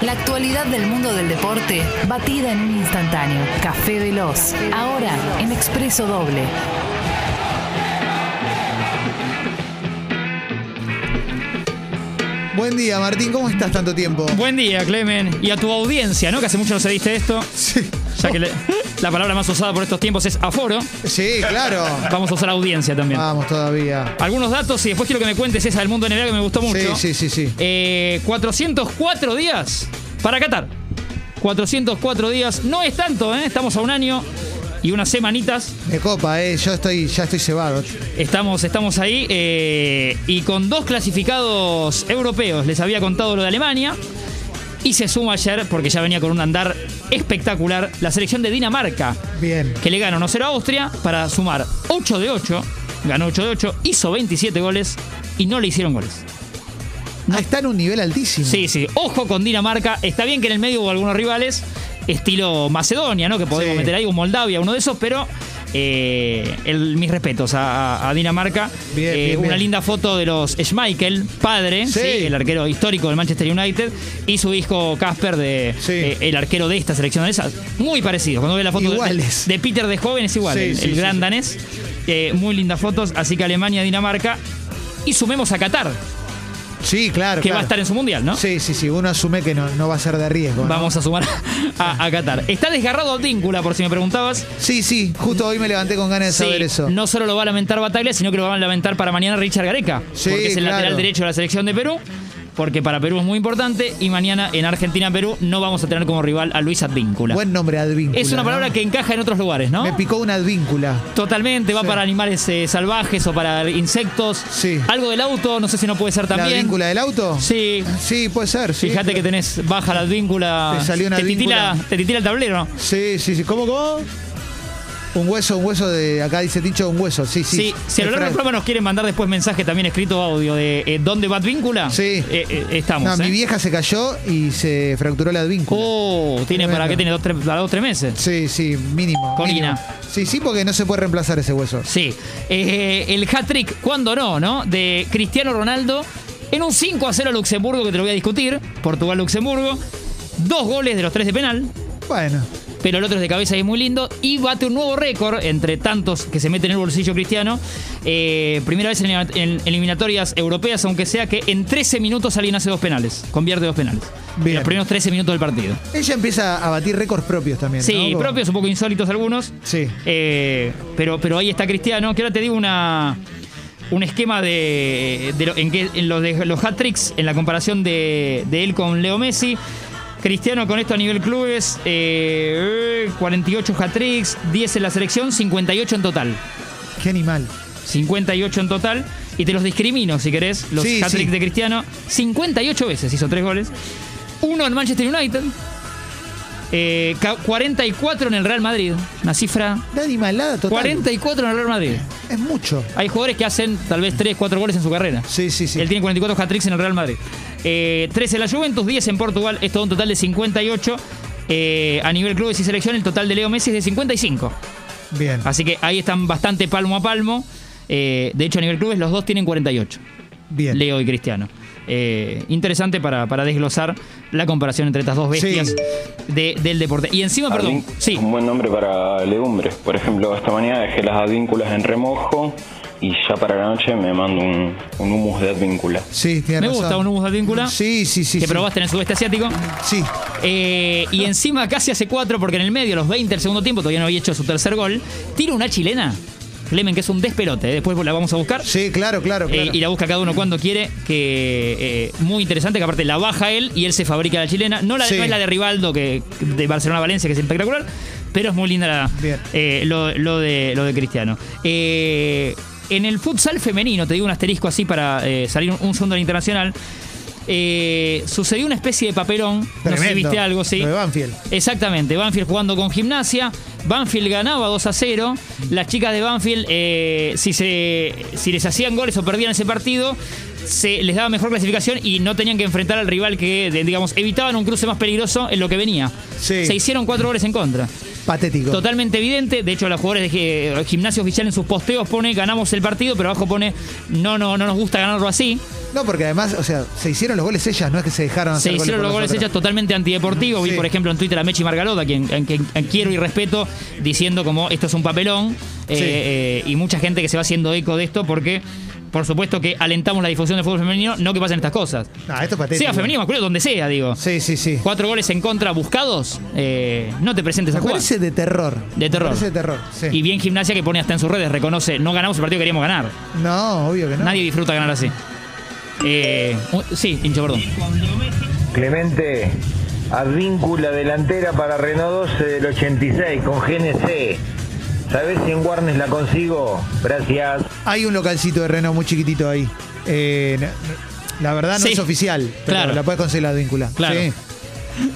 La actualidad del mundo del deporte, batida en un instantáneo. Café Veloz, ahora en Expreso Doble. Buen día, Martín. ¿Cómo estás tanto tiempo? Buen día, Clemen. Y a tu audiencia, ¿no? Que hace mucho no cediste esto. Sí. Ya que le- la palabra más usada por estos tiempos es aforo. Sí, claro. Vamos a usar audiencia también. Vamos todavía. Algunos datos y después quiero que me cuentes esa del mundo NBA que me gustó mucho. Sí, sí, sí, sí. Eh, 404 días para Qatar. 404 días. No es tanto, ¿eh? Estamos a un año y unas semanitas. Me copa, eh. Yo estoy, ya estoy cebado. Estamos, estamos ahí. eh, y con dos clasificados europeos. Les había contado lo de Alemania. Y se suma ayer, porque ya venía con un andar espectacular, la selección de Dinamarca. Bien. que le ganó 1-0 a Austria para sumar 8 de 8, ganó 8 de 8, hizo 27 goles y no le hicieron goles. Ah, está en un nivel altísimo. Sí, sí, ojo con Dinamarca, está bien que en el medio hubo algunos rivales, estilo Macedonia, ¿no? Que podemos Sí. meter ahí, un Moldavia, uno de esos, pero eh, el- mis respetos a, a- a Dinamarca. Eh, Bien, bien, Una bien. linda foto de los Schmeichel, padre, Sí. ¿sí? el arquero histórico del Manchester United, y su hijo Casper, de, Sí. eh, el arquero de esta selección danesa, muy parecidos. Cuando ve la foto de- Iguales. De, Peter de joven es igual, Sí, el, sí, el sí, gran sí. danés. Eh, muy lindas fotos, así que Alemania, Dinamarca. Y sumemos a Qatar, Sí, claro. que claro. va a estar en su mundial, ¿no? Sí, sí, sí. Uno asume que no, no va a ser de riesgo. ¿no? Vamos a sumar a, a Qatar. Está desgarrado Advíncula, por si me preguntabas. Sí, sí. Justo hoy me levanté con ganas de saber Sí, eso. No solo lo va a lamentar Bataglia, sino que lo va a lamentar para mañana Richard Gareca. Sí, porque es el claro. lateral derecho de la selección de Perú. Porque para Perú es muy importante. Y mañana en Argentina-Perú no vamos a tener como rival a Luis Advíncula. Buen nombre, advíncula. es una ¿no? palabra que encaja en otros lugares, ¿no? Me picó una advíncula. Totalmente, va Sí. para animales eh, salvajes o para insectos. Sí. Algo del auto, no sé si no puede ser ¿La también. advíncula del auto? Sí. Sí, puede ser. sí. Fíjate que tenés baja la advíncula. Te salió una titila, advíncula. te titila el tablero. Sí, sí, sí. ¿Cómo, cómo? Un hueso, un hueso de. Acá dice dicho un hueso. Sí, sí. Sí, si a lo largo del Efra- programa nos quieren mandar después mensaje también escrito o audio de eh, dónde va Advíncula, Sí. eh, eh, estamos. No, mi eh. vieja se cayó y se fracturó la advíncula. Oh, tiene para Tremendo. qué tiene dos tres, para dos, tres meses. Sí, sí, mínimo. Colina. mínimo. Sí, sí, porque no se puede reemplazar ese hueso. Sí. Eh, el hat-trick, ¿cuándo no, no? De Cristiano Ronaldo en un 5 a 0 a Luxemburgo, que te lo voy a discutir. Portugal-Luxemburgo. Dos goles de los tres de penal. Bueno, pero el otro es de cabeza y es muy lindo. Y bate un nuevo récord entre tantos que se mete en el bolsillo cristiano. Eh, primera vez en, en eliminatorias europeas, aunque sea que en 13 minutos alguien hace dos penales, convierte dos penales. Bien. Los primeros 13 minutos del partido. ella empieza a batir récords propios también. Sí, ¿no? Como- propios, un poco insólitos algunos. Sí. Eh, pero, pero ahí está Cristiano, que ahora te digo una. Un esquema de, de lo- en que en los, de- los hat-tricks, en la comparación de, de él con Leo Messi. Cristiano con esto a nivel clubes, eh, eh, 48 hat-tricks, 10 en la selección, 58 en total. Qué animal. 58 en total. Y te los discrimino, si querés, los Sí, hat-tricks sí. de Cristiano. 58 veces hizo tres goles. Uno en Manchester United. eh, ca- 44 en el Real Madrid. Una cifra. De animalada total. 44 en el Real Madrid. Es mucho. Hay jugadores que hacen tal vez 3, 4 goles en su carrera. Sí, sí, sí. Él tiene 44 hat-tricks en el Real Madrid. Eh, 13 en la Juventus, 10 en Portugal. Esto da un total de 58. Eh, a nivel clubes y selección, el total de Leo Messi es de 55. Bien. Así que ahí están bastante palmo a palmo. Eh, de hecho, a nivel clubes, los dos tienen 48, Bien. Leo y Cristiano. Eh, interesante para, para desglosar la comparación entre estas dos bestias de- del deporte. Y encima, perdón, Advin- sí, Un buen nombre para legumbres. Por ejemplo, esta mañana dejé las advínculas en remojo y ya para la noche me mando un, un humus de advíncula. Sí, tiene me razón. gusta un humus de advíncula Sí, sí, sí. que sí. probaste en el sudeste asiático. Sí. Eh, y encima casi hace cuatro, porque en el medio, a los 20 del segundo tiempo, todavía no había hecho su tercer gol. Tira una chilena, Clemen, que es un despelote. ¿eh? Después la vamos a buscar. Sí, claro, claro, Eh, claro. y la busca cada uno cuando quiere, que eh, muy interesante, que aparte la baja él y él se fabrica la chilena. No, la, Sí. no es la de Rivaldo, que, de Barcelona-Valencia, que es espectacular, pero es muy linda la- Bien. eh, lo, lo de, lo de Cristiano. Eh, en el futsal femenino, te digo un asterisco así para eh, salir un, un segundo al internacional, eh, sucedió una especie de papelón, no sé si Tremendo. viste algo, sí. Lo de Banfield. Exactamente, Banfield jugando con gimnasia. Banfield ganaba 2 a 0. Las chicas de Banfield, eh, si, se, si les hacían goles o perdían ese partido, se les daba mejor clasificación y no tenían que enfrentar al rival que, de- digamos, evitaban un cruce más peligroso en lo que venía. Sí. Se hicieron cuatro goles en contra. Patético. Totalmente evidente. De hecho, los jugadores de gi- gimnasio oficial en sus posteos pone ganamos el partido, pero abajo pone no, no, no nos gusta ganarlo así. No, porque además, o sea, se hicieron los goles ellas, no es que se dejaron hacer Se hicieron los goles hechas totalmente antideportivos. Vi, Sí. por ejemplo, en Twitter a Mechi Margalota, a quien, a quien- a quien quiero y respeto, diciendo como esto es un papelón. eh, Sí. eh, y mucha gente que se va haciendo eco de esto porque, por supuesto, que alentamos la difusión del fútbol femenino, no que pasen estas cosas. No, esto es patético. Sea femenino, masculino, donde sea, digo. Sí, sí, sí. Cuatro goles en contra buscados, eh, no te presentes a Me jugar. parece de terror. De terror. Me parece de terror, sí. Y bien gimnasia que pone hasta en sus redes, reconoce, no ganamos el partido que queríamos ganar. No, obvio que no. Nadie disfruta ganar así. Eh, u- sí, hincho, perdón. Clemente, advíncula delantera para Renault 12 del 86 con GNC. ¿Sabés si en Warnes la consigo? Gracias. Hay un localcito de Renault muy chiquitito ahí. Eh, no- no- la verdad no Sí. es oficial, pero Claro. la puedes conseguir la víncula. Claro. Sí.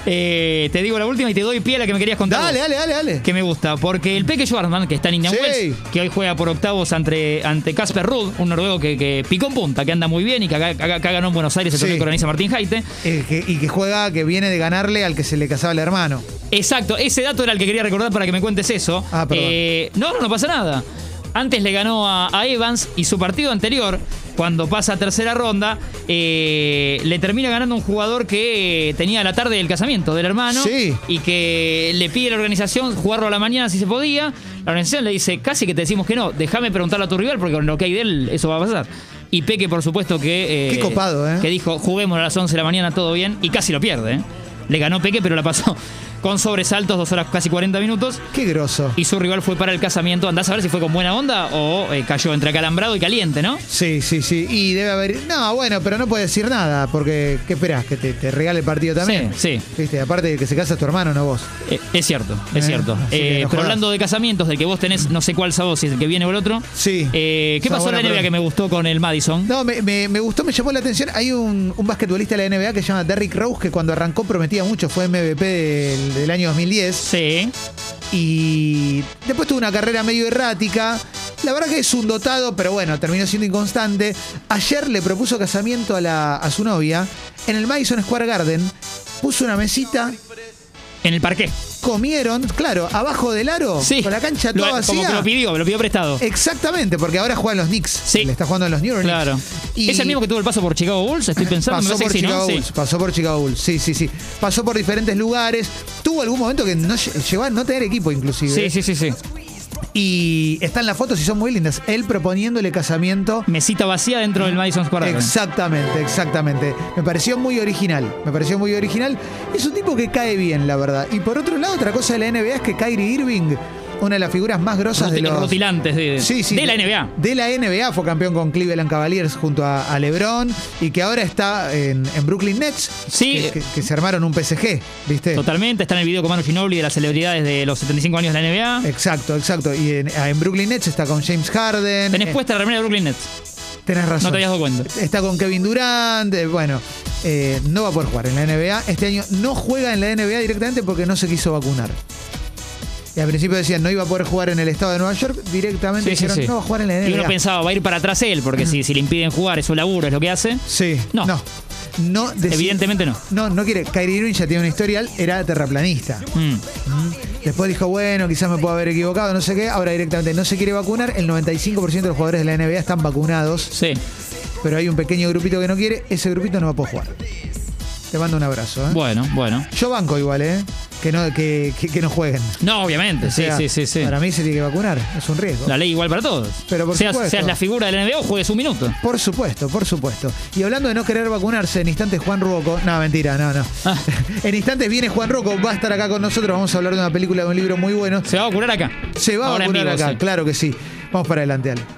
Eh, te digo la última y te doy pie a la que me querías contar. Dale, vos, dale, dale, dale. Que me gusta, porque el Peque Schwarzman, que está en Indian Sí. Wells, que hoy juega por octavos ante ante Casper Ruud, un noruego que, que picó en punta, que anda muy bien y que acá, acá- acá ganó en Buenos Aires el Sí. torneo que organiza Martín Jaite. Eh, que- y que juega, que viene de ganarle al que se le casaba el hermano. Exacto, ese dato era el que quería recordar para que me cuentes eso. Ah, perdón. Eh, no, no, no pasa nada. Antes le ganó a, a Evans y su partido anterior, cuando pasa a tercera ronda, eh, le termina ganando un jugador que tenía la tarde del casamiento del hermano Sí. y que le pide a la organización jugarlo a la mañana si se podía. La organización le dice, casi que te decimos que no, déjame preguntarle a tu rival porque con lo que hay de él eso va a pasar. Y Peque, por supuesto, que... eh, Qué copado, ¿eh? Que dijo, juguemos a las 11 de la mañana, todo bien, y casi lo pierde. ¿eh? Le ganó Peque, pero la pasó con sobresaltos, dos horas casi 40 minutos. Qué groso. Y su rival fue para el casamiento. Andás a ver si fue con buena onda o eh, cayó entre acalambrado y caliente, ¿no? Sí, sí, sí. Y debe haber. No, bueno, pero no puede decir nada, porque ¿qué esperás? ¿Que te, te regale el partido también? Sí, sí. Viste, aparte de que se casa tu hermano, no vos. Eh, es cierto, es Eh, cierto. así que Eh, nos quedamos. hablando de casamientos, del que vos tenés, no sé cuál sabos, si es el que viene o el otro. Sí. Eh, ¿Qué Esa pasó en la buena NBA que me gustó con el Madison? No, me, me- me gustó, me llamó la atención. Hay un, un basquetbolista de la NBA que se llama Derrick Rose, que cuando arrancó prometía mucho, fue MVP del, del año 2010. Sí. Y después tuvo una carrera medio errática. La verdad que es un dotado, pero bueno, terminó siendo inconstante. Ayer le propuso casamiento a, la, a su novia en el Madison Square Garden. Puso una mesita, En el parqué. comieron, claro, abajo del aro, Sí. con la cancha Lo- toda Como que vacía. lo pidió, me lo pidió prestado. Exactamente, porque ahora juegan los Knicks. Sí. Le está jugando a los New York Knicks. claro. Y- ¿Es el mismo que tuvo el paso por Chicago Bulls? Estoy pensando, me Pasó parece por que sí, ¿no? Chicago Sí. Bulls, pasó por Chicago Bulls, sí, sí, sí. Pasó por diferentes lugares, tuvo algún momento que no lle- llegó a no tener equipo inclusive. Sí, sí, sí, sí. Y están las fotos y son muy lindas. Él proponiéndole casamiento. Mesita vacía dentro del Madison Square Garden. Exactamente, exactamente. Me pareció muy original, me pareció muy original. Es un tipo que cae bien, la verdad. Y por otro lado, otra cosa de la NBA es que Kyrie Irving, una de las figuras más grosas de Ruti- los... rutilantes de, Sí, sí, de la NBA. De la NBA fue campeón con Cleveland Cavaliers junto a, a LeBron y que ahora está en, en Brooklyn Nets. Sí. Que, que- que se armaron un PSG, ¿viste? Totalmente, está en el video con Manu Ginobili de las celebridades de los 75 años de la NBA. Exacto, exacto. Y en, en Brooklyn Nets está con James Harden. Tenés Eh, puesta la remera de Brooklyn Nets. tenés razón. No te habías dado cuenta. Está con Kevin Durant. eh, bueno, eh, no va a poder jugar en la NBA. Este año no juega en la NBA directamente porque no se quiso vacunar. Y al principio decían no iba a poder jugar en el estado de Nueva York. Directamente Sí, sí, dijeron sí. no va a jugar en la NBA. Y uno pensaba, va a ir para atrás él, porque si, si le impiden jugar, es su laburo, es lo que hace. Sí. No. No. No, deci- Evidentemente no. No, no quiere. Kyrie Irving ya tiene un historial, era terraplanista. Mm. Después dijo, bueno, quizás me puedo haber equivocado, no sé qué. Ahora directamente no se quiere vacunar. El 95% de los jugadores de la NBA están vacunados, Sí. pero hay un pequeño grupito que no quiere. Ese grupito no va a poder jugar. Te mando un abrazo. ¿eh? Bueno, bueno. Yo banco igual, ¿eh? Que no, que, que- que no jueguen. No, obviamente, O sí, sea, sí, sí, sí. Para mí se tiene que vacunar, es un riesgo. La ley igual para todos. Pero por seas, supuesto. seas la figura de la NBA o juegues un minuto. Por supuesto, por supuesto. Y hablando de no querer vacunarse, en instantes Juan Rocco. No, mentira, no, no. Ah. En instantes viene Juan Rocco, va a estar acá con nosotros. Vamos a hablar de una película, de un libro muy bueno. Se va a curar acá. Se va Ahora a en vacunar vivo, acá, sí. claro que sí. Vamos para adelante, Ale.